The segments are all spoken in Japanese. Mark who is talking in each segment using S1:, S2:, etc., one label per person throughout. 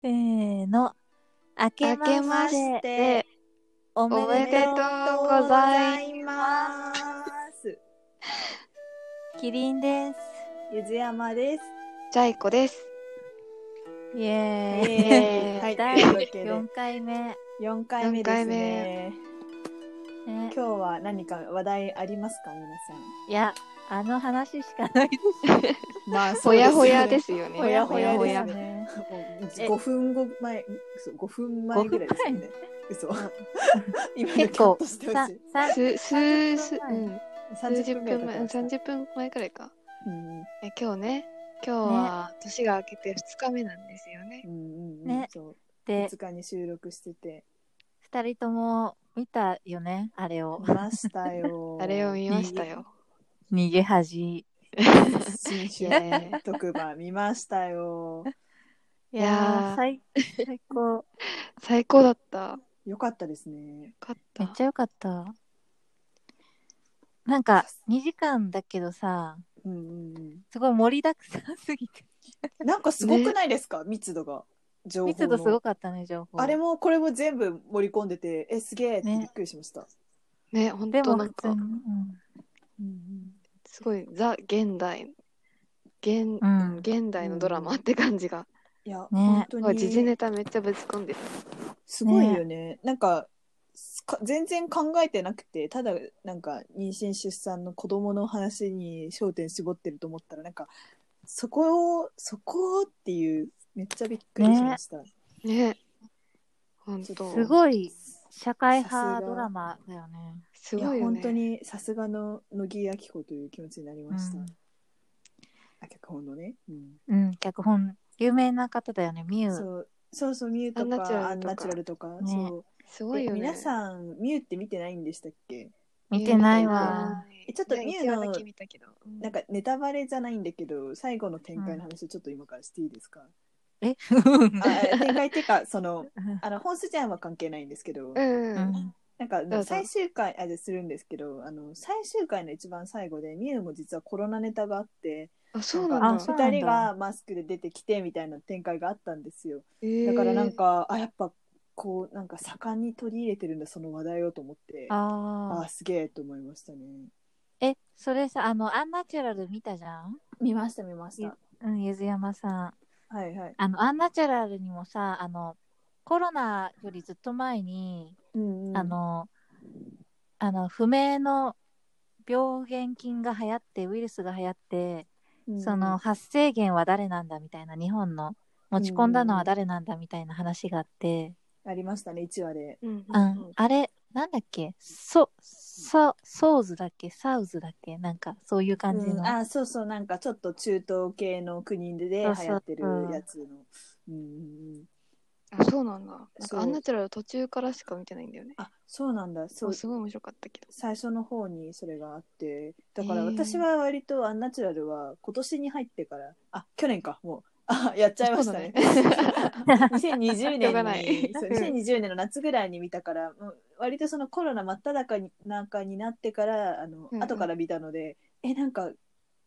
S1: せーの。明け
S2: 明けま
S1: ま
S2: し
S1: してて、お
S2: おめ
S1: め
S2: で
S1: で
S2: と
S1: とう
S2: うご
S1: ご
S2: ざ
S1: ざ
S2: い
S1: い
S2: ま
S1: ます。キリンです。
S3: ゆずやまです。
S2: ジャイコです。
S1: イエーイ。
S2: えー
S3: はい、
S1: 第
S3: というわけで
S1: 4回目。
S3: 4回目ですね。
S1: ね、
S3: 今日は何か話題ありますか、皆
S1: いや、あの話しかないです。
S3: さん。まあ、
S2: ほやほやですすよね。
S3: ほやほや
S1: ほ
S3: で
S1: や
S3: す
S1: ほや
S3: ね。
S1: え
S3: 5分後前、嘘5分前ぐらいですよね。嘘。今の
S2: 結構
S3: キャットしてほ
S1: さ
S3: しい、
S1: さ、
S2: す、す、す、
S1: 30
S2: うん、
S3: 30
S2: 30分前、
S3: 30
S2: 30分前くらいか。
S3: うん
S2: え、今日ね、今日は年が明けて2日目なんですよね
S3: う。んうんうん
S1: ね
S3: そう。
S1: で
S3: 2、日に収録してて。
S1: 二人とも見たよね、あれを
S3: 見。ました
S2: 。
S3: よ
S2: あれを見ましたよ。
S1: 逃げ恥。
S3: 新春
S2: ね
S3: 特番見ましたよ。
S1: い
S2: いやー
S1: 最最高。
S2: 最高だった。よ
S3: よかったですね。
S2: かっ
S1: めったち。ゃ良かった。なんか、2時間だけどさ、
S3: うんうんうん。
S1: すごい盛りだくさんすぎて。
S3: なんかすごくないですか、密度が。情報の
S1: 密度すごかったね、情報。
S3: あれもこれも全部盛り込んでて、え、すげえって
S1: ね
S3: びっくりしました。
S2: ね、本
S1: で
S2: 当
S1: も
S2: な
S1: 普
S2: ん
S1: 通に
S2: か、、すごい、ザ・現代、現
S1: う、んうん
S2: 現代のドラマって感じが。
S3: いや、
S1: ね
S3: 本当
S2: なんか時事
S3: に
S2: ネタめっちゃぶち込んでる。
S3: すごいよね。なんかか全然考えてなくて、ただなんか妊娠出産の子供の話に焦点絞ってると思ったら、なんかそこを、そこをっていう、めっちゃびっくりしました。
S2: ね。本
S3: ちょ
S2: 当
S3: っと
S1: すごい社会派ドラマだよね。
S2: す
S3: いや、
S2: ごいよ
S3: 本
S2: ね。
S3: 当にさすがの乃木明子という気持ちになりました。
S1: うん
S3: あ脚本のね。うん
S1: うん、脚本、有名な方だよね、ミュウ。
S3: そうそうそうミュウとか
S2: ア
S3: ア
S2: ン
S3: ン
S2: ナ
S3: ナ
S2: チ
S3: チ
S2: ュラ
S3: ュラ
S2: ル
S3: ルとか、
S1: ね
S3: そう
S2: すごいよね。
S3: え皆さんミュウって見てないんでしたっけ
S1: 見てないわ。
S3: えちょっと
S2: ね
S3: ミュウ
S2: 一話
S3: の
S2: だけ見たけどうん
S3: なんかネタバレじゃないんだけど最後の展開の話をちょっと今からしていいですか、
S1: え
S3: あ展開っていうかそのあの本筋は関係ないんですけど、
S2: うん
S1: う
S2: うん
S1: ん
S3: なん
S2: どうぞ
S3: か最終回あでするんですけどあの最終回の一番最後でミュウも実はコロナネタがあって
S2: あそうな
S1: あ
S2: ん
S1: そ
S2: だ
S1: う
S3: 2人がマスクで出てきてみたいな展開があったんですよだ
S2: だ
S3: からなんか、あやっぱこうなんか盛んに取り入れてるんだその話題をと思ってあ
S1: あ
S3: あーすげえと思いましたね
S1: ーえ、それさ、あの、アンナチュラル見たじゃん
S3: 見ました見まし
S1: いうん、ゆずやまさん。
S3: はいはい
S1: あの、アンナチュラルにもさ、あの、コロナよりずっと前に、
S3: うんうん、
S1: あの、あの、不明の病原菌が流行って、ウイルスが流行って、
S3: うんうん、
S1: その発生源は誰なんだみたいな日本の持ち込んだのは誰なんだみたいな話があって、
S3: ありましたね1話で
S2: うん
S1: うんあれなんだっけソソソーズだっけサウズだっけなんかそういう感じの、
S3: うんあそうそうなんかちょっと中東系の国で流
S1: そうそう
S3: 行ってるやつのうんうんうん
S2: あそうなんだなん
S3: そう
S2: かアンナチュラル途中からしか見てないんだよね
S3: あそうなんだそ
S2: そう
S3: う
S2: すごい面白かったけど
S3: 最初の方にそれがあってだか
S2: へ
S3: ら
S2: え
S3: 私は割とアンナチュラルは今年に入ってからあ去年かもうあやっちゃいましたね
S2: そうだ
S3: 2020
S2: しょうがな
S3: 年
S2: い
S3: にそう2020年の夏ぐらいに見たからもう割とそのコロナ真っ只中に中になってからあの、
S2: うんうん
S3: 後から見たのでえなんか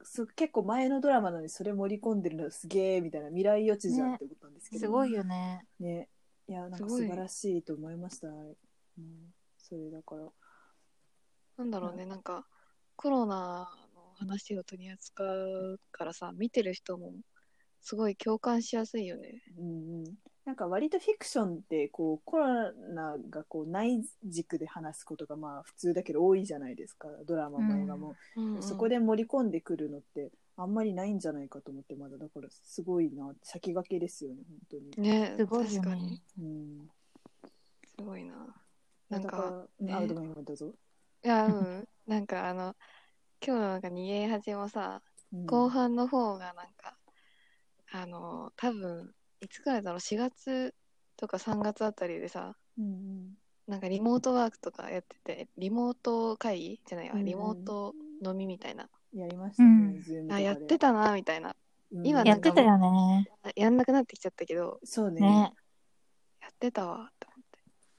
S3: そう結構前のドラマなのにそれ盛り込んでるのすげえみたいな未来予知じゃんって思ったんですけ
S1: す
S3: ど、
S1: ごいよね
S3: ねいやなんか
S2: す
S3: 素
S2: ごい
S3: 晴らしいと思いました、うん、それだから
S2: なんだろうねなんかコロナの話を取り扱うからさ見てる人もすごい共感しやすいよね
S3: うんうん、なんか割とフィクションってこうコロナがこう内軸で話すことがまあ普通だけど多いじゃないですかドラマも映画も、そこ
S2: で
S3: で盛り込んでくるのってあんまりないんじゃないかと思ってまだだからすごいな先駆けですよね本
S2: ね
S1: すごい
S2: 確
S1: よ
S2: かに
S1: ね
S3: 当に、
S2: すごいな
S3: う、
S2: なんん
S3: だ
S2: か
S3: から、
S2: ね
S3: ね、あどうもどうぞ、
S2: いや、うん。なんかあの、今日のなんか逃げ恥もさ、
S3: うん
S2: 後半の方がなんか、あの、多分、いつくらいだろう、4月とか3月あたりでさ、
S3: うん
S2: なんかリモートワークとかやってて、リモート会議じゃないわ、
S3: うんうん
S2: リモート飲みみたいな。
S3: うん、やりましたね、
S1: うん
S3: ズームとか
S2: あ、
S3: で
S2: やって、たな、みたいな。
S3: うん
S2: 今
S1: や
S2: な
S1: っ
S2: んか
S1: てたよね
S2: あやんなくなってきちゃったけど、
S3: そうね
S1: ね
S2: やってたわ、と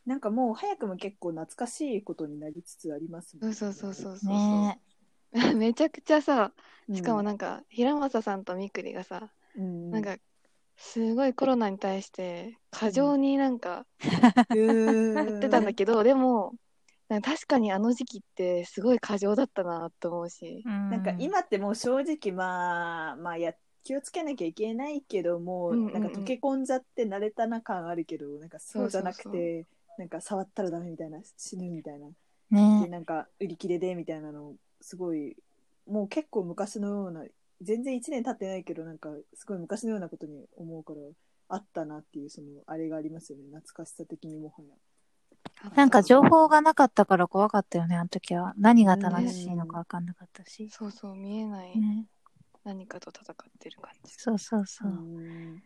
S3: なんかもう早くも結構懐かしいことになりつつありますもん
S2: 思って。そうそうそうそうそう。
S1: ね
S2: めちゃくちゃさ、
S3: うん
S2: しかもなんか、平正さんとみくりがさ、
S3: うん
S2: なんかすごいコロナに対して過剰になんか
S3: 言
S2: 言ってたんだけど、でもなんか確かにあの時期ってすごい過剰だったなと思うし、
S1: な
S3: なんか今ってもう正直まあまあや気をつけなきゃいけないけども、
S2: うんうんうん
S3: なんか溶け込んじゃって慣れたな感あるけどなんかそうじゃなくて
S2: そうそう
S3: なんか触ったらダメみたいな死ぬみたいな、で
S1: ね
S3: なんか売り切れでみたいなのすごいもう結構昔のような全然1年経ってないけどなんかすごい昔のようなことに思うからあったなっていうそのあれがありますよね懐かしさ的にもはや。
S1: なんか情報がなかったから怖かったよね、あの時は。何が正しいのか分かんなかったし。
S2: そうそう見えない
S1: ね、
S2: 何かと戦ってる感じ、
S1: そうそうそう。
S3: うん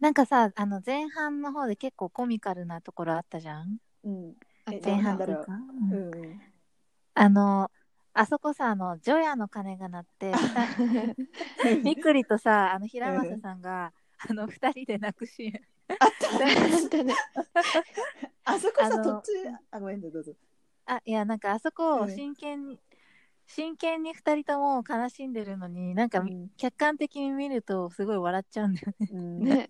S1: なんかさ、あの前半の方で結構コミカルなところあったじゃん
S3: うん
S2: あ
S3: え
S2: と
S1: 前
S2: は
S1: 半
S3: だ
S1: という
S3: ろ
S1: か。
S3: う
S1: うん
S3: んうん
S1: あの、あそこさ、あの、除夜の鐘が鳴 って、みくりとさ、あの、平正さんが、あの、二人で泣くシーン。
S3: あった
S2: なんてね
S3: あそこさ
S1: あの
S3: 途中あごめんねどうぞ。
S1: あ、いや、なんかあそこを
S3: うん
S1: 真剣に、真剣に二人とも悲しんでるのに、なんか
S3: うん
S1: 客観的に見るとすごい笑っちゃうんだよね。
S3: うん
S2: ね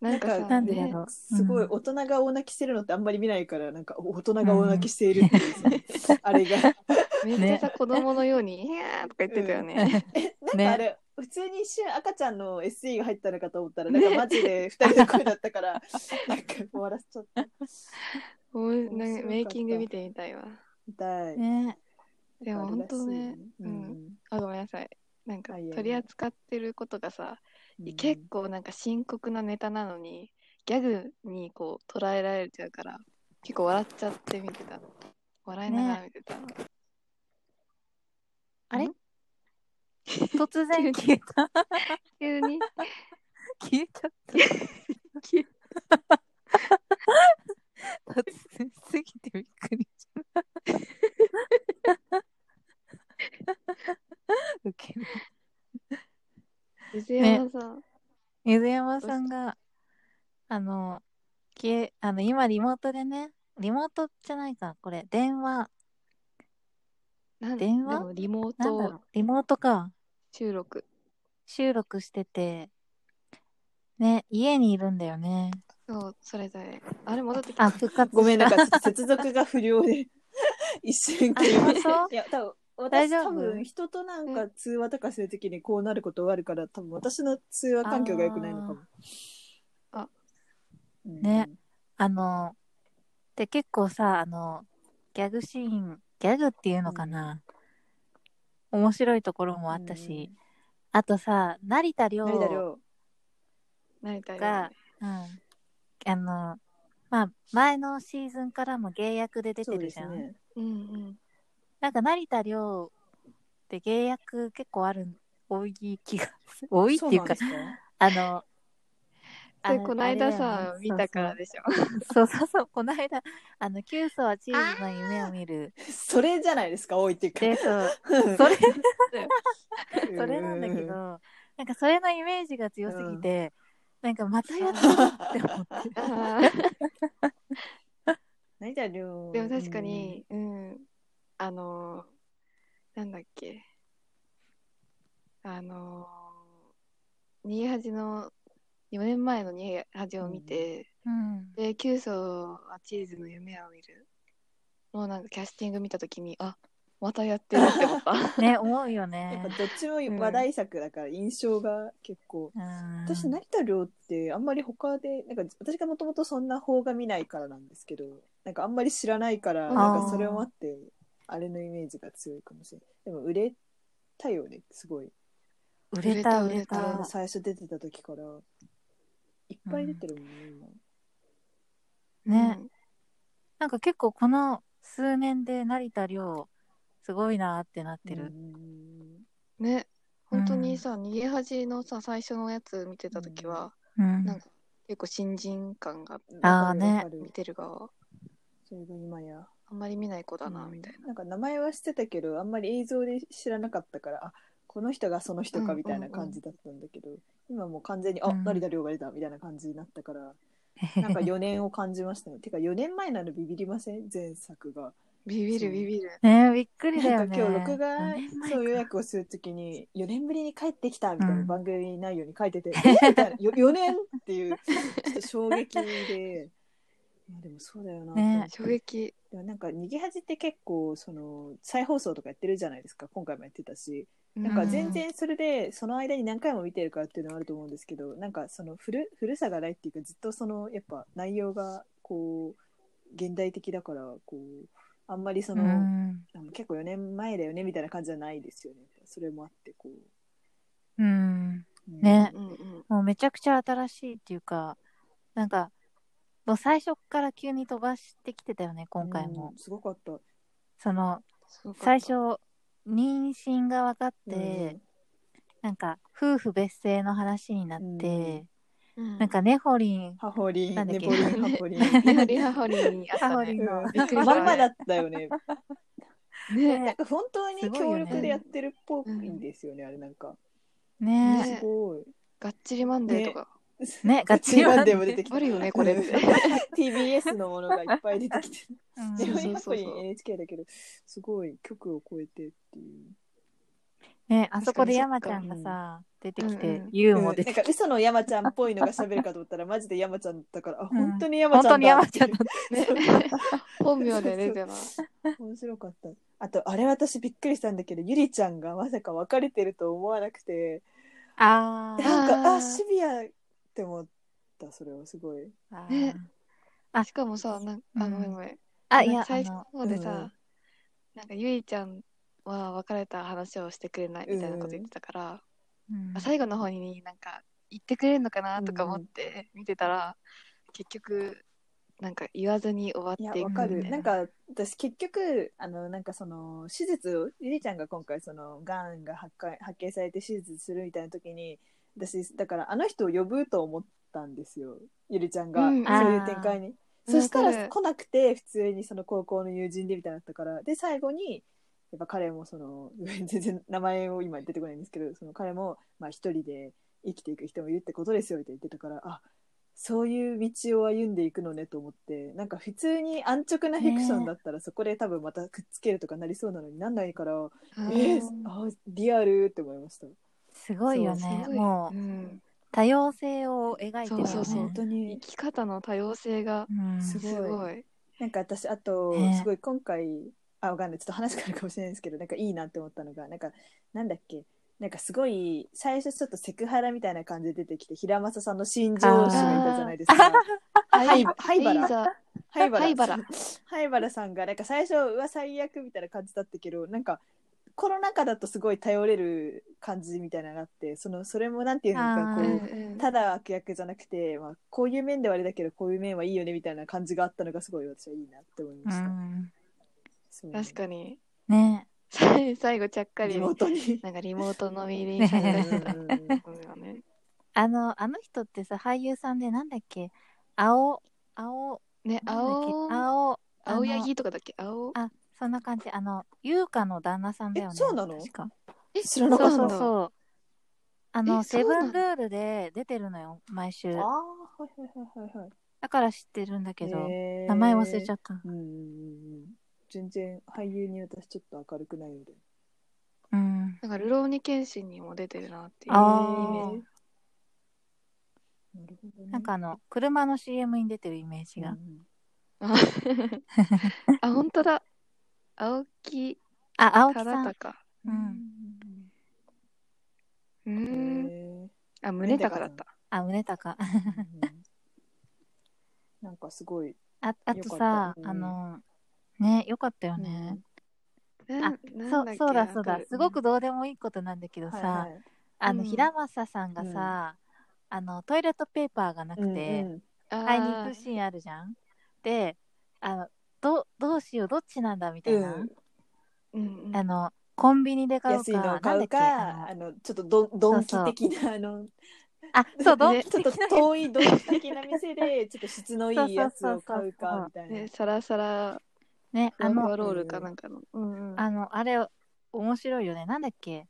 S2: なんか
S3: なん
S2: さ
S3: かなん
S1: でだ
S2: ね
S1: ろう
S3: すごい
S1: うん
S3: 大人が大泣きしてるのってあんまり見ないからなんか大人が大泣きしているっていうさ、あれが
S2: めっちゃさ、子供のように「いやー」とか言ってた よね。
S3: えなん
S1: ね
S3: かあれ、普通に一瞬赤ちゃんの SE が入ったのかと思ったらなんかマジで2人の声だったから、なんか終わらせちゃった
S2: おいな
S3: 面白かった
S2: メイキング見てみたいわ。
S3: みたい、
S1: ね。
S2: でも本当ね
S3: あれらしいね
S2: あごめんなさい。なんか
S3: あいいよ
S2: 取り扱ってることがさ、
S3: うん
S2: 結構なんか深刻なネタなのにギャグにこう捉えられちゃうから結構笑っちゃって見てた笑いながら見てた、
S1: あれ
S2: ん
S1: 突然消えた。
S2: 急に
S1: 消えちゃった。消えた。突然すぎてびっくりしちゃった。ウケる
S2: 藤山さん、
S1: ゆずやまさんが、あの、消え、あの、今リモートでね、リモートじゃないか、これ、電話、
S2: なん
S1: 電話
S2: でもリモー
S1: なんだろ
S2: ト
S1: う、リモートか、
S2: 収録
S1: 収録してて、ね、家にいるんだよね。
S2: そうそれぞれあれ戻ってきた
S1: あ、復活した。
S3: ごめんなんか接続が不良で一瞬消えま
S1: あ
S3: し
S1: そう
S3: いや多分
S1: 大
S3: 私
S1: 丈夫
S3: 多分人となんか通話とかするときにこうなることがあるから多分私の通話環境が良くないのかも。
S2: あ
S3: うん
S1: ね。あの、で、結構さ、あの、ギャグシーン、ギャグっていうのかな、面白いところもあったし、あとさ、成田
S3: う
S1: 凌
S3: ん。成田凌。
S2: 成田凌
S1: がうん、あの、まあ、前のシーズンからも芸役で出て
S3: そう
S1: る
S3: で
S1: じ
S3: す
S1: ゃん。
S3: ね。
S2: うんうん
S1: なんか成田凌って芸役結構ある、多い気がする。多いっていうか、
S3: そなん
S1: あの、
S2: それこの間さ、見たから
S1: で。
S2: でしょ
S1: そうそうそうそう、この間、あの、キュウソはチーズの夢を見る。
S3: です かそれじゃないですか、多いっていうか。
S1: で、そう、それ、 それなんだけど、
S3: うん。
S1: なんかそれのイメージが強すぎて、なんかまたやってるって思って。
S2: あ ー
S3: 成田凌。
S2: でも確かに、うん、あのー、なんだっけ、あのー、逃げ恥の、4年前の逃げ恥を見て、
S1: うん。
S2: で、キュウソはチーズの夢を見る。もうなんかキャスティング見たときに、あ、またやってるって思った。
S1: ね、思うよ
S3: うん。や
S1: ね
S3: っ。ぱどっちも話題作だから印象が結構。
S1: うん
S3: 私成田凌ってあんまり他でなんか私がもともとそんな邦画見ないからなんですけどなんかあんまり知らないから
S2: あー
S3: なんかそれもあってあれのイメージが強いかもしれないでも売れたよねすごい
S1: 売れた、売
S2: 売
S1: れ
S2: れ
S3: あ
S2: た
S1: た
S3: の。最初出てた時からいっぱい出てるもんね、
S1: ね、なんか結構この数年で成田凌すごいなってなって
S3: 今
S1: る。
S2: うんね、本当にさ、逃げ恥のさ、最初のやつ見てたときは、
S1: うん。
S2: なんか結構新人感が、
S3: うん
S1: あーね
S3: わかるわ
S2: 見
S3: かる
S2: てる側、
S3: それが今や
S2: あんまり見ない子だな、みたいな。
S3: なんか名前は知ってたけどあんまり映像で知らなかったからあこの人がその人かみたいな感じだったんだけど、今もう完全にあ
S1: うん
S3: 成田凌が出たみたいな感じになったから、なんか4年を感じましたねてか4年前なのビビりません前作が
S2: ビビ
S3: そ
S2: る
S3: う
S2: ビビる。
S1: ねびっくりだよ
S3: なんか
S1: ね。
S3: 今日録画
S1: 4年前か
S3: そう予約をするときに4年ぶりに帰ってきたみたいな
S1: うん
S3: 番組内容に書 いてて、えみたいなよ4年っていうちょっと衝撃でまあでもそうだよなと思って
S1: ね
S2: 衝撃。
S3: でもなんか逃げ恥って結構その再放送とかやってるじゃないですか今回もやってたしなんか全然それでその間に何回も見てるからっていうのはあると思うんですけどなんかその古古さがないっていうかずっとそのやっぱ内容がこう現代的だからこうあんまりその、
S1: うん
S3: あの結構4年前だよねみたいな感じじゃないですよねそれもあってこう、
S1: うん
S3: うん
S1: ね
S2: うんうん
S1: もうめちゃくちゃ新しいっていうかなんかもう最初から急に飛ばしてきてたよね今回も、
S3: うんすごかった
S1: その
S2: すごかった
S1: 最初妊娠が分かって、
S3: うん
S1: なんか夫婦別姓の話になって、
S2: うん
S1: なんか、ねほりん
S3: ハホリ
S1: なん
S3: ン
S1: だっ
S3: ネ
S1: け
S3: ポリンハホリン
S2: ねほりはほりにあったね
S1: ハホリンの
S2: びっくり
S3: ま
S2: した
S3: んまだったよね
S2: ね
S3: なんか本当に
S1: すごいよね
S3: 協力でやってるっぽいんですよね、あれなんか。
S1: ね
S2: ね
S3: すごい。
S2: がっちりマンデーとか、
S1: ねガチマンデー
S3: ガも出てき
S2: あ
S3: て。
S2: るよねこ れって
S3: TBS のものがいっぱい出てきて。
S1: うん
S3: 自
S2: そう
S3: 分
S2: そう
S3: やっぱり
S2: そう
S3: NHK だけど、すごい曲を超えてっていう。
S1: ねあそこで
S2: 確か
S1: 山
S2: に
S1: ちゃんがさ出てき
S2: う
S1: て
S2: んうん
S1: ユウ
S3: うんな
S1: も
S3: ん
S1: 出てき
S3: か
S1: て、
S3: 嘘の山ちゃんっぽいのが喋るかと思ったら、マジで山ちゃんだから、あ、
S1: うん
S3: 本当に山
S1: 本
S3: ちゃ
S1: 当
S3: ん
S1: に
S3: だ
S1: 山
S3: って
S1: ちゃ
S3: い
S1: んだった
S2: ね 本名で出てな
S3: う。面白かった。あと、あれ私びっくりしたんだけど、ゆりちゃんがまさか別れてると思わなくて、
S1: あー
S3: なん
S2: あ
S3: か、
S2: ー
S3: あ、シビアって思った、それはすごい。
S1: あー
S2: ね
S1: あ
S2: しかもさなん
S1: うん
S2: あごめんごめん
S1: あ
S2: なん
S1: い
S2: か
S1: やあ
S2: 最初
S1: の
S2: の方でさ、
S3: うん
S2: なんかゆいちゃんは別れた話をしてくれないみたいなこと言ってたから、
S1: うん
S2: あ最後の方になんか言ってくれるのかなとか思って見てたら、結局なんか言わずに終わ
S3: いや、
S2: っていく
S3: わ
S2: み
S3: か
S2: たい
S3: る。
S2: な
S3: なんか、私結局、あの、なんかその、手術を、ゆりちゃんが今回、その、がんが発見発見されて手術するみたいな時に、私、だから、あの人を呼ぶと思ったんですよ。ゆりちゃんが、
S2: うん
S3: そういう展開に。
S2: あー
S3: そした、
S2: わからる
S3: 来なくて、普通にその高校の友人でみたいになったから、で、最後に、やっぱ彼もその、全然名前を今出てこないんですけど、その彼も、まあ一人で生きていく人もいるってことですよ、みたいな言ってたから、あ、そういう道を歩んでいくのねと思ってなんか普通に安直なフィクションだったらそこで多分またくっつけるとかなりそうなのになんないから、
S2: うん
S3: えーあリアルって思いました、
S1: すごいよ
S2: す
S1: ね
S2: ごい
S1: もう
S2: うん
S1: 多様性を描いてるよね
S2: そうそう
S3: 本当
S2: 生
S3: に
S2: き方の多様性が
S1: うん
S3: す
S2: す
S3: ごい
S2: ごい。
S3: なんか私あと
S1: ね
S3: すごい今回、あわかんないちょっと話変わるかもしれないですけどなんかいいなって思ったのがなんかなんだっけなんかすごい最初ちょっとセクハラみたいな感じで出てきて平正さんの心情を占めたじゃないですか。
S2: ハ
S3: イハイバラハイバラ。
S2: ハイバラ
S3: ハイバラさんが、なんか最初は最悪みたいな感じだったけど、なんか、コロナ禍だとすごい頼れる感じみたいなのがあって、その、それもなんていうのか、
S1: あ
S3: こ
S1: ー
S3: う、ただ悪役じゃなくて、まあ、こういう面ではあれだけど、こういう面はいいよねみたいな感じがあったのがすごい私はいいなって思いま
S1: う
S3: した。
S1: ん
S3: そう
S2: 確かに。
S1: ね
S2: 最後ちゃっかり
S3: リモート に。
S2: なんかリモート飲みに参加してた。
S3: うんうんうん
S2: ごめんごめん
S1: あのあの人ってさ俳優さんでなんだっけ青青
S2: ね、
S1: なんだっけ青
S2: 青、
S1: あの
S2: 青柳とかだっけ青
S1: あそんな感じあの優香の旦那さんだよね
S3: えそうなの
S1: 確か
S2: え
S3: 知ら
S1: そ
S3: な
S1: う
S3: かった。
S1: そう
S2: そうな
S1: そうあの
S2: え
S1: セ
S2: そうな
S1: ブ
S2: の
S1: ンルールで出てるのよ毎週
S3: ああ、はいはいはいはいはい。
S1: だから知ってるんだけど
S3: へー
S1: 名前忘れちゃった
S3: うんうんうんうん。全然俳優に私ちょっと明るくないので。
S1: うん
S2: なんかルローニケンシンにも出てるなっていうイメ
S1: あ
S2: ージ。
S3: なるほどね
S1: なんかあの車の CM に出てるイメージ
S3: う
S1: が
S3: んうん
S2: あ あ、本当だ。青木
S1: あ青木
S2: 忠
S1: さん
S2: 敬。
S1: うん
S2: う。
S3: うんへ
S2: あ、宗隆だった。
S1: あ宗隆
S3: えうんなんかすごい。
S1: ああとさ
S3: よかったうん
S1: あのねよかったよね、
S2: な
S1: そ
S2: なんだっ
S1: う
S2: け
S1: そうだそう
S2: わ
S1: だ
S2: かる
S1: すごくどうでもいいことなんだけど
S3: うん。
S1: さ、
S3: はいはい
S1: あの
S2: うん
S1: 平正さんがさ、あのトイレットペーパーがなくて、
S3: うんうん
S1: 買いに行
S2: あ
S1: くシーンあるじゃんであのどどうしようどっちなんだみたいな、
S3: うん
S2: ーうんうん
S1: あのコンビニで買う
S3: 安いの
S1: か
S3: を買う
S1: なん
S3: か、
S1: だっけ
S3: あの、ちょっとドンドンキ
S1: そうそう
S3: 的な、あの、
S1: あのあそうドン
S2: ね
S1: キ
S3: ちょっと遠いドンキ的な店で、ちょっと質のいいやつを買うか、みたいな
S2: ね、。サラサラ
S1: ね
S2: ふわ
S1: あ
S2: ふ
S1: の
S2: わロールかなんかの。うんうん
S1: あのあれ面白いよねなんだっけ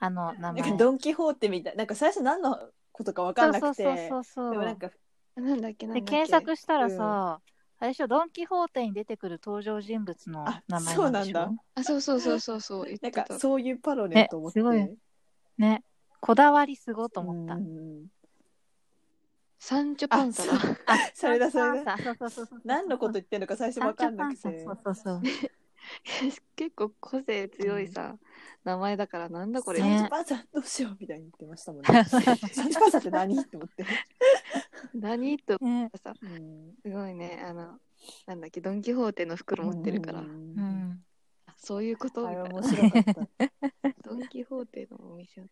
S1: あの名
S3: なん
S1: 前
S3: かドン・キホーテみたいなんか最初何のことか分かんなくて
S1: そうそうそうそう
S3: でも
S1: そ
S3: なん
S1: う
S3: か
S2: なんだっけなん
S1: で
S2: だっけ
S1: 検索したらさ、あれでしょ、ドン・キホーテに出てくる登場人物の
S3: あ
S1: 名前
S3: そ
S1: な
S3: うなんん
S1: でしょ
S3: だ
S2: あ、そうそうそうそうそう、言っ
S3: な
S2: て
S3: んか
S2: た。
S3: そういうパロねと思って
S1: えすごいね。こだわりすごと思った。
S3: うん
S2: サンチョパンサ
S3: あそ
S2: だ。
S1: あ、
S3: それだそれだ
S1: だ。そうそうそうそう。
S3: 何のこと言ってるのか最初
S1: サ
S3: 分
S1: ンチ
S3: か
S1: ョ
S3: ん
S1: パ
S3: な
S1: ン
S3: く
S1: サー
S3: て
S1: そうそうそう。
S2: 結構個性強いさ、名前だからなんだこれ。
S3: サンチ
S1: ね
S3: ュパンサーどうしようみたいに言ってましたもんねサンチュパンサーって何って思って、
S2: 何と
S1: ね
S2: さ、
S3: うん、
S2: すごいね、あの、なんだっけ、ドン・キホーテの袋持ってるから、
S1: う
S3: あ
S1: ん。
S2: あそういうことみた
S3: れ
S2: いな
S3: 面。白かった
S2: ドン・キホーテのお店。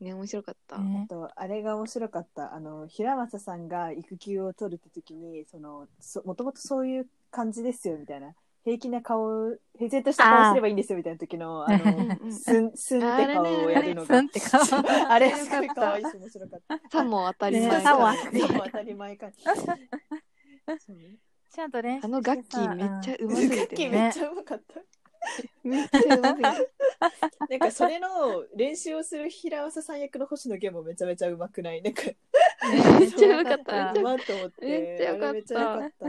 S2: ね、面白かった。
S1: ね
S3: あとあれが面白かったあの平正さんが育休を取るって時にそのそもともとそういう感じですよみたいな平気な顔平然とした顔すればいいんですよみたいな時のあ
S2: うん
S3: の
S2: うん
S3: すんすんって顔をやるの
S1: す
S3: が
S1: んって顔。
S3: あれすごい可愛いし面白かった
S2: さも当たり
S1: ね
S2: 前
S1: さも
S2: か。
S1: 当たり
S3: そう当たり前かそう
S1: ちゃんと練習
S2: あの楽器めっちゃ
S1: ゃ。
S2: うま
S3: 楽
S2: すぎて
S3: 器
S2: ね。
S3: めっちゃうまかった
S2: めっちゃうますぎて。
S3: なんかそれの練習をする平正さん役の星野源もめちゃめちゃうまくないなんか
S2: めっちゃうまかった。
S3: うまっと思って
S2: めっちゃよかった
S3: あれめっちゃよかった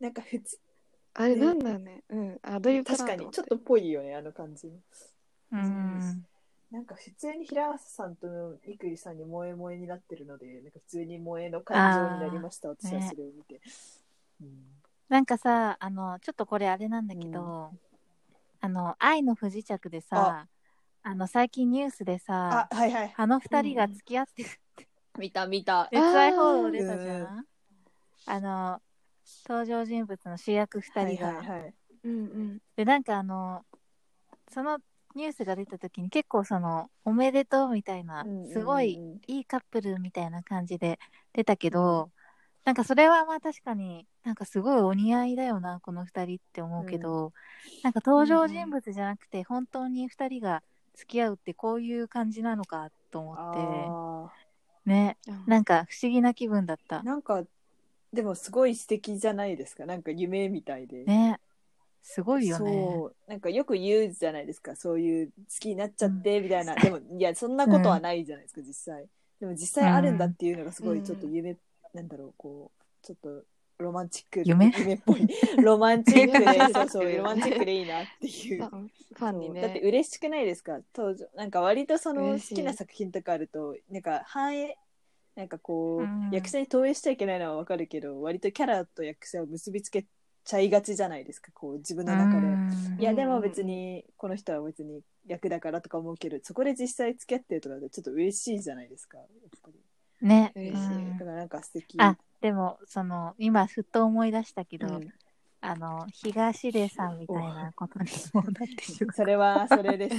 S3: なんか普通
S2: あれなんだよね。うん。アドリブ
S3: 確かにちょっとぽいよねあの感じ
S1: うん。
S3: なんか普通に平松さんとみくりさんに萌え萌えになってるのでなんか普通に萌えの感情になりました私は
S1: ね
S3: それを見て、うん
S1: なんかさ、あの、ちょっとこれあれなんだけど、あの、愛の不時着でさ、あの、最近ニュースで
S3: あ
S1: さ、
S3: はいはい
S1: あの二人が付き合ってるって
S3: 見た見た
S2: え
S1: 熱愛報道出たじゃんあの、登場人物の主役
S3: は
S1: 二
S3: い
S1: 人
S3: はい
S1: が。
S3: はい
S2: うん
S1: でなんかあのそのニュースが出た時に結構そのおめでとうみたいな
S3: うんうんうん
S1: すごいいいカップルみたいな感じで出たけど、なんかそれはまあ確かになんかすごいお似合いだよなこの2人って思うけど、なんか登場人物じゃなくて本当に2人が付き合うってこういう感じなのかと思っ
S3: あ
S1: てね
S2: うん。
S1: なんか不思議な気分だった
S3: ー。なんかでもすごい素敵じゃないですかなんか夢みたいで、
S1: ねすごいよね。
S3: そうなんかよく言うじゃないですかそういう好きになっちゃってみたいな、でもいやそんなことはないじゃないですか、実際でも実際あるんだっていうのがすご
S2: う
S3: い
S2: ん
S3: ちょっと夢、なんだろうこうちょっとロマンチック
S1: 夢
S3: っぽ いロマンチック
S2: 夢
S3: でそうそうロマンチックでいいなってい
S2: あ
S3: う。
S2: ファンに
S3: そうだっ
S2: ね。
S3: て嬉しくないですか当時なんか割とその
S2: 嬉しい
S3: 好きな作品とかあるとなんか反映なんかこ
S1: う
S3: う、
S1: ん
S3: 役者に投影しちゃいけないのはわかるけど割とキャラと役者を結びつけちゃいがちじゃないですかこう自分の中で。
S1: うん
S3: いやでも別にこの人は別に役だからとか思うけどそこで実際付き合ってるとかだとちょっと嬉しいじゃないですかやっぱり
S1: ね
S2: 嬉しい
S1: うん
S3: だからなんか素敵
S1: あでもその今ふっと思い出したけ
S3: う
S1: ど、
S3: ん
S1: あの東出さんみたいなことにもなってしま
S3: それはそ れです、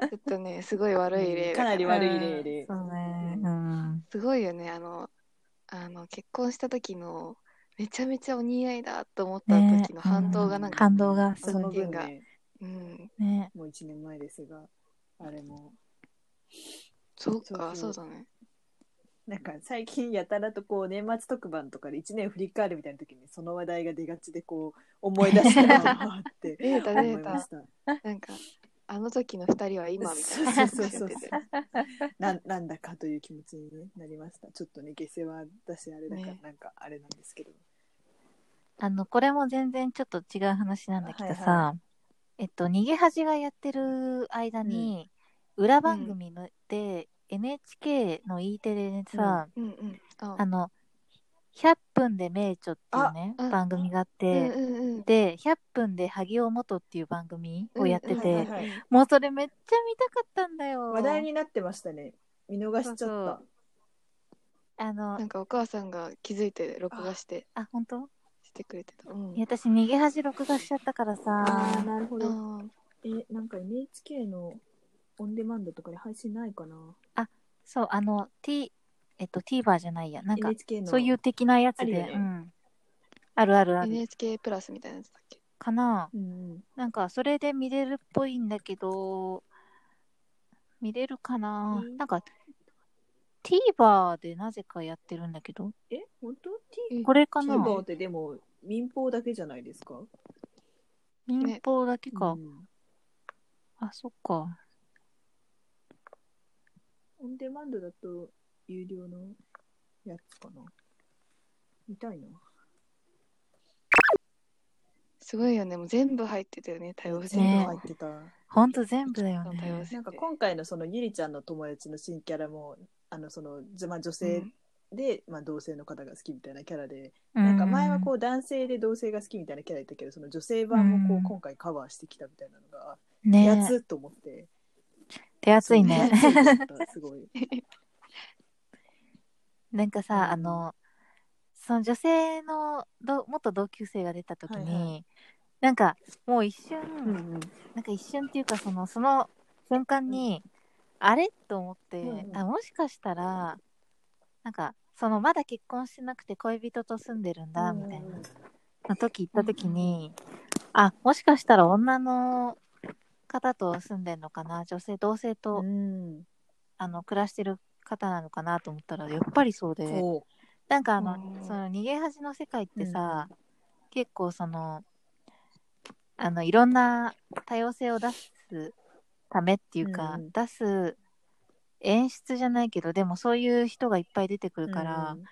S2: ちょっとね、すごい悪い例
S3: かなり
S1: う
S3: 悪い例で、
S1: うんそうねうん
S2: すごいよね。あの、あの、結婚した時の、めちゃめちゃお似合いだと思った
S1: ね
S2: 時の反動がなんか、
S1: 感動がす
S3: その
S1: ごい
S3: 分
S2: が
S3: ね
S2: うん、
S1: ね
S3: もう1年前ですがあれも
S2: そう
S3: そ
S2: か、
S3: う
S2: そ
S3: そうう
S2: だね。
S3: なんか最近やたらとこう年末特番とかで1年振り返るみたいな時にその話題が出がちでこう思い出したのがあって
S2: データ
S3: 思
S2: デ
S3: い
S2: ー
S3: ま
S2: タ
S3: し。た
S2: なんか、あの時の二人は今みたいな
S3: そ
S2: 話を
S3: うそうそう
S2: し
S3: そう
S2: てて。
S3: なんなんだかという気持ちになりましたちょっとね下世話だしあれだから、
S2: ね
S3: なんかあれなんですけど
S1: あのこれも全然ちょっと違う話なんだけどさ、
S3: は
S1: えっと逃げ恥がやってる間に、裏番組ので、NHK の E テレでさ、
S2: うんうん。あ
S1: あの「100分で名著」っていうね
S2: あうん
S1: 番組があっ
S2: うん
S1: て、
S2: うんうん。
S1: で「100分で萩尾元」っていう番組をやってて、
S3: うんうんはいはい
S1: もうそれめっちゃ見たかったんだよ。
S3: 話題になってましたね見逃しちゃった
S1: そうそうあの
S2: なんかお母さんが気づいて録画して
S1: あ本当
S2: してくれてた。うん
S1: いや私逃げ恥録画しちゃったから
S3: あ
S1: さ
S3: ーなるほ
S2: あ
S3: ど
S2: ー
S3: えなんか NHK のオンデマンドとかで配信ないかな
S1: そうあの T えっと TVer じゃないやなんか
S3: NHK の
S1: そういう的なやつで
S3: あるよね
S1: うん、あるあるある
S2: NHK プラスみたいなやつだっけ
S1: かな
S3: うんうん
S1: なんかそれで見れるっぽいんだけど見れるかな、
S3: うん
S1: なんか TVer でなぜかやってるんだけど
S3: え本当
S2: え
S1: これか
S3: t
S1: な
S3: v ってでも民放だけじゃないですか
S1: 民放だけか、
S3: うん
S1: あそっか
S3: オンデマンドだと有料のやつかな見たいな。
S2: すごいよね。もう全部入ってたよね。多様性
S3: 全部
S2: の
S3: 入ってた。
S1: ほんと全部だよ
S2: 多様
S1: ね。
S2: 性。
S3: なんか今回のそのゆりちゃんの友達の新キャラも、あのその、じまあ、女性で、まあ、同性の方が好きみたいなキャラで、なんか前はこう男性で同性が好きみたいなキャラいたけど、その女性版もこ
S1: う
S3: うん今回カバーしてきたみたいなのが、
S1: うん、
S3: 手
S1: ね
S3: 厚っと思って。
S1: 手厚いね。
S3: そう手厚いと思ったすご い。
S1: なんかさ、
S3: うん
S1: あの、その女性のど元同級生が出た時に、
S3: はいは
S1: なんかもう一
S3: うんう
S1: 瞬、
S3: ん。
S1: なんか一瞬っていうかその、その瞬間に、あれと思って、
S3: うんうん
S1: あ、もしかしたら、なんか、そのまだ結婚してなくて恋人と住んでるんだ、みたいな、の時行った時に、あ、もしかしたら女の方と住んでんのかな、女性、同性と、
S3: うん。
S1: あの、暮らしてる方なのかなと思ったら、やっぱりそうで、
S3: こ
S1: なんかあの
S2: うん、
S1: その逃げ恥の世界ってさ、結構その、あの、いろんな多様性を出すためっていうか、
S3: うんうん
S1: 出す演出じゃないけど、でもそういう人がいっぱい出てく
S3: う
S1: るから、
S3: うん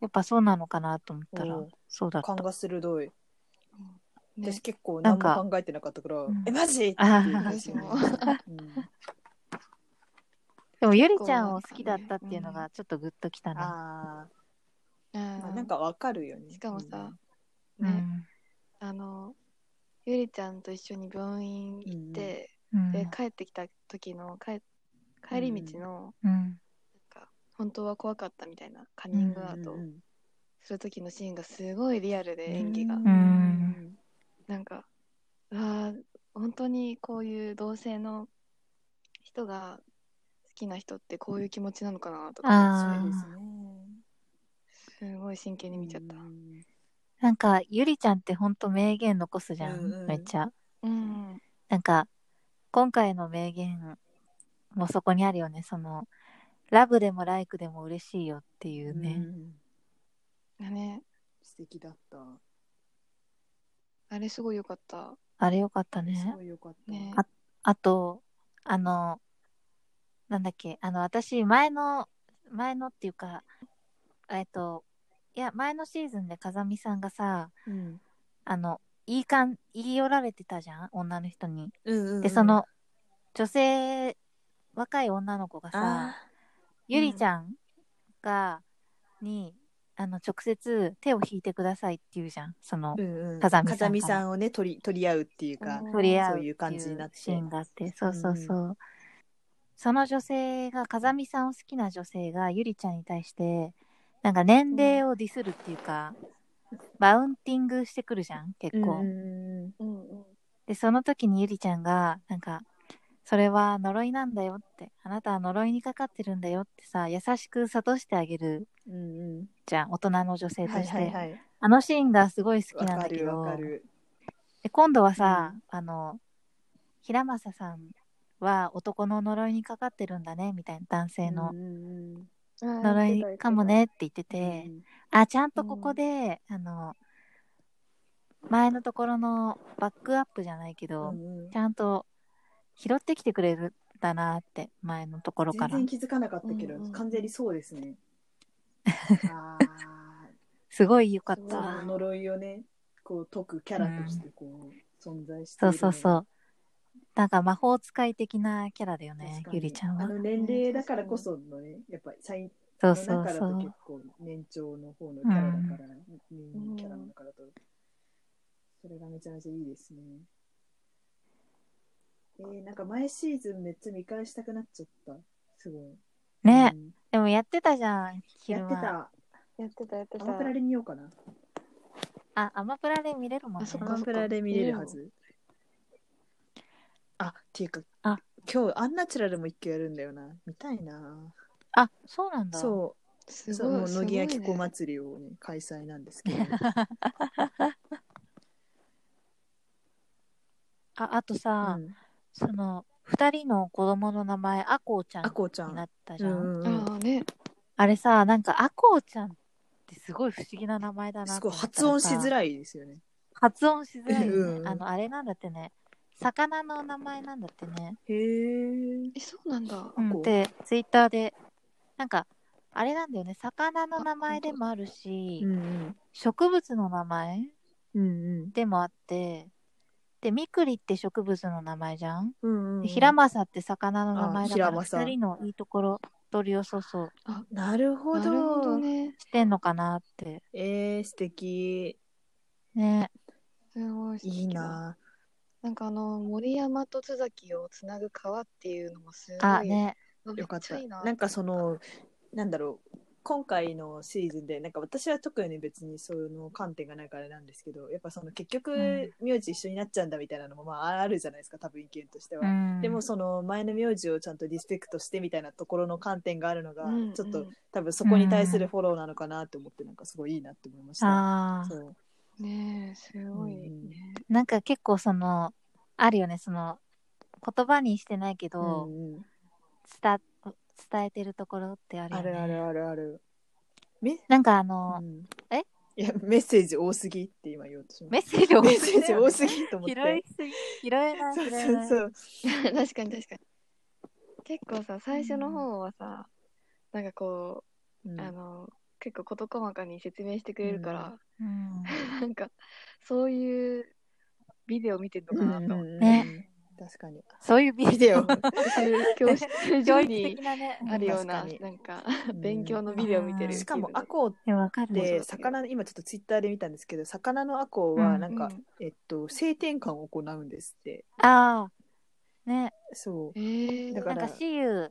S1: やっぱそうなのかなと思ったら、
S3: うん
S1: そうだった
S3: 勘。が鋭い。
S2: ね
S3: 私結構
S1: な
S3: 何
S1: んか
S3: も考えてなかったから
S1: うん、
S3: え、マジって
S1: あはは
S3: 言って
S2: 私 も
S3: うん
S1: でも、ゆりちゃんを好きだったっていうのが、ちょっとグッときたな。
S3: あ
S2: う
S3: ー
S2: ん
S3: まあ、なんかわかるよね。
S2: しかもさ、
S1: う
S2: ね、
S1: ん。
S2: あの、ゆりちゃんと一緒に病院行って、
S1: うん。
S2: で、帰ってきた時の、帰帰り道の、
S1: うん。
S2: なんか、本当は怖かったみたいなカ
S3: う
S2: ミ
S3: ん、
S2: ングアウトする時のシーンがすごいリアルで演技が。
S1: ん
S2: なんか、あ本当にこういう同性の人が好きな人ってこういう気持ちなのかなとか、
S1: あー
S3: そうですね。
S2: すごい真剣に見ちゃった。
S3: うん
S1: なんか、ゆりちゃんってほんと名言残すじゃん、
S3: うんうん
S1: めっちゃ。
S2: うん。
S1: なんか、今回の名言もそこにあるよね。その、ラブでもライクでも嬉しいよっていう
S3: う
S1: ね。
S3: ん
S2: だね、
S3: 素敵だった。
S2: あれすごい良かった。
S1: あれよかった
S3: す
S1: ね
S3: ご。い良かった。
S2: ね。
S1: ああと、あの、なんだっけ、あの、私、前の、前のっていうか、えっと、いや、前のシーズンで風見さんがさ、
S3: うん
S1: あの、言いかん、言い寄られてたじゃん女の人に。
S3: うんうんうん
S1: で、その、女性、若い女の子がさ、
S3: あ
S1: ゆりちゃんが、に、あの、直接手を引いてくださいって言うじゃん。その
S3: ー、、うんうん、
S1: 風見さんから
S3: 風見さんをね取り取り合うっていうか
S2: う、ん
S1: 取り合う
S3: そういう感じになって
S1: シーンがあって。そうそうそう。その女性が、風見さんを好きな女性が、ゆりちゃんに対して、なんか年齢をディスるっていうか、バウンティングしてくるじゃん、結構。
S3: う
S2: う
S3: ん
S2: んうん。
S1: で、その時にゆりちゃんが、なんか、それは呪いなんだよって、あなたは呪いにかかってるんだよってさ、優しく諭してあげる
S3: うんうん
S1: じゃん、大人の女性
S3: う
S1: と
S3: ん、はい
S1: して。
S3: はいはい、
S1: あのシーンがすごい好き
S3: わ
S1: なん
S3: か
S1: だけ
S3: る
S1: ど
S3: わか、る。
S1: で今度はさ、あの、平正さんは男の呪いにかかってるんだね、みたいな男性の
S3: うん
S1: 呪いかもねって言って
S3: うん
S1: て、あ、ちゃんとここで、あの、前のところのバックアップじゃないけ
S3: う
S1: ど、
S3: んうん
S1: ち、ゃんと拾ってきてくれるんだなって、前のところか
S3: 全
S1: ら
S3: 然。気づかなかったけど、
S2: うんうん
S3: 完全にそうで すね。あー
S1: すごい良かっ
S2: そう
S3: そ
S1: た
S3: の。呪いをねこう解くキャラとしてこう、存在してい
S1: そ
S3: る
S1: うそうそうう。なんか魔法使い的なキャラだよね
S3: 確、かに
S1: ゆりちゃん
S3: あ
S1: は。
S3: の年齢だからこそのねやっぱり最
S1: そう
S3: そ
S1: そ
S3: の
S1: う
S3: 中だ
S1: そ
S3: と
S1: う
S3: 結。構年長の方のキャラだから、メインキャラの中だと、それがめちゃめちゃいいですね。えー、なんか前シーズンめっちゃ見返したくなっちゃった。すごい。
S1: ね、
S3: うん
S1: でもやってたじゃん、
S3: や
S1: 昼
S3: って
S1: 間。
S3: た。
S2: やってたやって
S3: ア
S2: た。
S3: マプラで見ようかな。
S1: あ、アマプラで見れるもんね
S2: あ。そっ
S3: ア
S2: か
S3: マプラで見れるはず。あ、っていうか、
S1: あ
S3: 今日アンナチュラルも一回やるんだよな。見たいな。
S1: あ、そうなんだ。
S3: そう。
S2: す
S3: そうも
S2: ご
S3: う
S2: い。すご
S3: 乃
S2: い
S3: 木
S2: ね
S3: 焼子祭りを、ね、開催なんですけど
S1: あ、あとさ、
S3: うん
S1: その、二人の子供の名前、アコウちゃん
S3: あこうちゃ
S1: になんったじゃん。
S3: うんうん
S2: ああね。
S1: あれさ、なんか、アコウちゃんってすごい不思議な名前だな
S3: すごい発音しづ
S1: い。
S3: らいですよね
S1: 発音しづらいよね、
S3: うんうん
S1: あの、あれなんだってね。魚の名前なんだってね。
S3: へえ
S2: え、そうなんだ。
S1: う
S3: アコ
S1: ん、
S3: ウ
S1: で、ツイッターで、なんか、あれなんだよね魚の名前でもあるし、
S3: うん
S1: 植物の名前
S3: うんうん
S1: でもあってでミクリって植物の名前じゃん、
S3: うんうん
S1: でヒラマサって魚の名前だか
S3: あヒラ
S1: ら
S3: マサ
S1: 2人のいいところ取りをそうそう
S3: なるほど
S2: なるほどね。
S1: してんのかなって
S3: えー、素敵
S1: ね
S2: すごい素敵
S3: いいな
S2: なんかあの森山と津崎をつなぐ川っていうのもすごい。
S1: あね
S2: あめ
S3: よかっ
S2: ち
S3: た。
S2: ゃいいな
S3: なんかその、なんだろう、今回のシーズンで、なんか私は特に別にそういうの観点がないからなんですけど、やっぱその結局、名字一緒になっちゃうんだみたいなのも、まああるじゃないですか、多分意見としては。
S1: うん
S3: でもその前の名字をちゃんとリスペクトしてみたいなところの観点があるのが、
S2: うん
S3: ちょっ
S2: う
S3: と
S2: ん
S3: 多分そこに対するフォローなのかなって思って、なんかすごいいいなって思いました。
S1: あー
S3: そう
S2: ねえすごいね。
S1: なんか結構そのあるよねその言葉にしてないけ
S3: う
S1: ど、
S3: んうん、
S1: 伝伝えてるところってあるよ
S3: あ
S1: ね
S3: るあるあるある。め
S1: なんかあの
S3: う、ん
S1: え
S3: いや、メッセージ多すぎって今言おうとしました
S1: メッセージ多
S3: メ
S1: す
S3: ッ
S1: ぎ
S3: セージ
S1: だよ
S3: 多
S1: ね
S3: すぎと思っ
S1: 拾
S3: て。
S1: いすぎ拾えない拾
S3: そう
S1: え
S3: そ
S1: な
S3: う
S1: い
S3: そう。
S2: 確かに確かに。結構さ最初の方はさ、なんかこ
S3: う
S2: う、
S3: ん
S2: あの結構事細かに説明してくれるから、
S1: うん
S2: なんかそういうビデオ見てんのかなと思って。
S3: うん
S1: ね
S3: 確かに。
S1: そういうビ
S3: ビデオ。
S2: 教室
S1: 教
S2: 上
S1: 育
S2: に
S1: 的なね
S2: あるような
S3: 確かに
S2: なんか
S3: ん
S2: 勉強のビデオ見て
S1: う
S2: る
S1: ん
S3: しかも、ア
S2: こ
S3: コウっ
S1: うんわかる
S3: て、
S2: で
S3: 魚の、今ちょっとツイッターで見たんですけど、魚のアコウは、
S1: うん
S3: なんか、えっと、性転換を行うんですって。
S1: ああね
S3: そ
S2: えー、
S3: だか
S1: な
S3: ら
S1: んか私有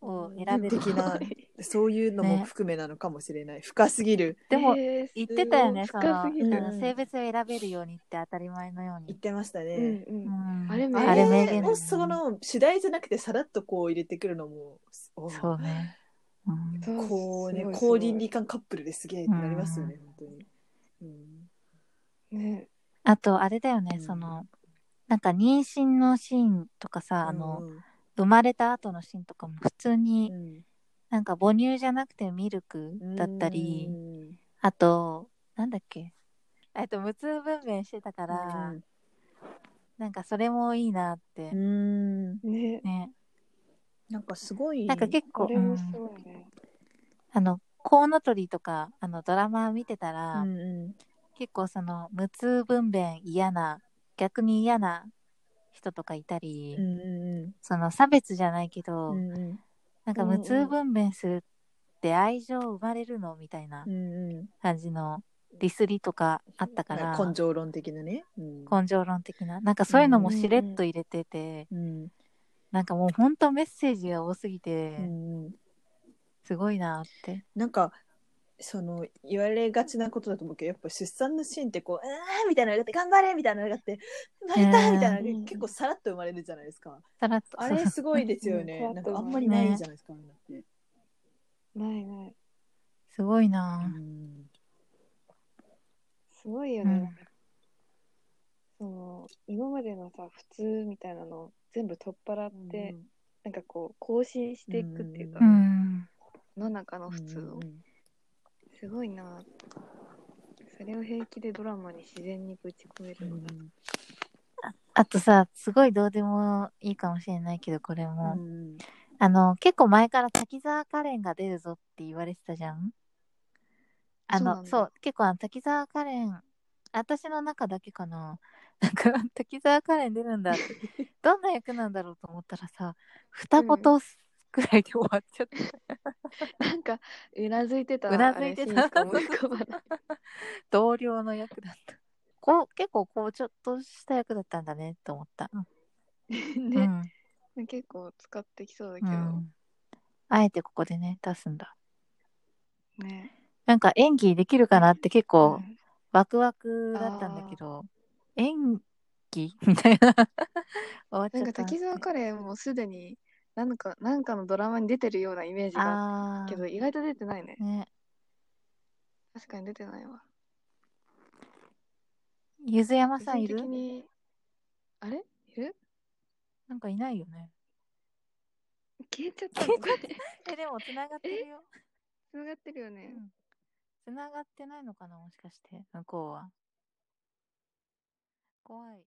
S1: を選べる
S3: 的なう。そういうのも含めなのかもしれない。深すぎる。
S1: でも
S2: えー
S1: 言ってたよね
S2: す
S1: そ
S2: ごい
S1: の
S2: 深すぎる
S1: あの
S3: うん
S1: 性別を選べるようにって当たり前のよう
S3: 言っ
S1: に、
S3: てました
S2: う
S3: ね。
S2: ん
S1: う
S2: うん
S1: ん、
S2: あれ名言
S1: あれ名
S3: え
S1: 言だ
S3: ー
S1: ね
S3: をその、主題じゃなくて、さらっとこう入れてくるのも、お
S1: そうね、うん、
S2: そう
S3: こうね
S2: すご、いすご
S3: 高
S2: い
S3: 倫理観カップルですげえってなりますよね、本当に。うん
S2: ね
S1: あとあれだよね、
S3: うん
S1: そのなんか妊娠のシーンとかさあの、
S3: うん
S1: 生まれた後のシーンとかも普通に
S3: うん
S1: なんか母乳じゃなくてミルクだったり、
S3: うん
S1: あとなんだっけえっと無痛分娩してたから、なんかそれもいいなって、
S3: うん、
S2: ね
S1: ね
S3: なんかすごい
S1: なんか結構、
S2: これもす
S1: うん
S2: ごいね、
S1: あのコウノトリとかあのドラマ見てたら、
S3: うんうん
S1: 結構その無痛分娩嫌な逆に嫌な人とかいたり、
S3: うんうん
S1: その差別じゃないけ
S3: う
S1: ど、
S3: んうん
S1: なんか無痛分娩するって愛情生まれるのみたいな
S3: うんうん
S1: 感じのディスりとかあったから、
S3: なんか根性論的なね、うん
S1: 根性論的ななんかそういうのもしれっと入れてて、
S3: うん
S1: なんかもうほんとメッセージが多すぎて、
S3: うんうん、
S1: すごいなって
S3: なんかその言われがちなことだと思うけどやっぱ出産のシーンってこう「うーん」みたいなのがあって「頑張れ」みたいなのがあって「なりたい」みたいなの
S2: う
S3: が
S2: ん
S3: 結構さらっと生まれるじゃないですか、
S1: さらっと
S3: あれすごいですよね、
S2: うん
S3: なんかあんまりないじゃないですか、あれだって、
S2: ないない
S1: すごいうな、
S3: ん
S2: すごいよ
S1: う
S2: ね、
S1: ん
S2: その今までのさ普通みたいなのを全部取っ払って、なんかこう更新していくっていうか、
S1: う、
S3: うん
S2: 世の中の普通を、すごいなそれを平気でドラマに自然にぶち込めるのが、
S1: あとさすごいどうでもいいかもしれないけどこれ
S3: う
S1: も、
S3: ん
S1: あの結構前から滝沢カレンが出るぞって言われてたじゃんあ
S2: そうな
S1: のそ
S2: ん
S1: う
S2: だ
S1: 結構あの滝沢カレン私の中だけかな なんか滝沢カレン出るんだってどんな役なんだろうと思ったらさ二言くらいで終わっちゃって、
S2: なんかうなずいてた
S1: うなずいてた
S2: あれシーンしか思い浮かばない
S1: 同僚の役だったこう結構こうちょっとした役だったんだねと思った、う
S2: ね、
S1: ん
S2: 結構使ってきそうだけ
S1: う
S2: ど、
S1: ん、あえてここでね出すんだ
S2: ね
S1: なんか演技できるかなって結構
S2: ん
S1: ワクワクだったんだけど、演技みたいな 終わっち
S2: な
S1: ゃ
S2: ん
S1: った
S2: か滝沢カレンもすでになんかなんかのドラマに出てるようなイメージがあっ
S1: あ
S2: たけ
S1: ー
S2: ど意外と出てないね
S1: ね
S2: 確かに出てないわ
S1: ゆずやまさんい
S2: 個
S1: る
S2: 人的にあれいる
S1: なんかいないよね
S2: 消えちゃったのこ れ
S1: えでもつながってるよ
S2: つながってるよね、
S1: つながってないのかなもしかして向こうは怖い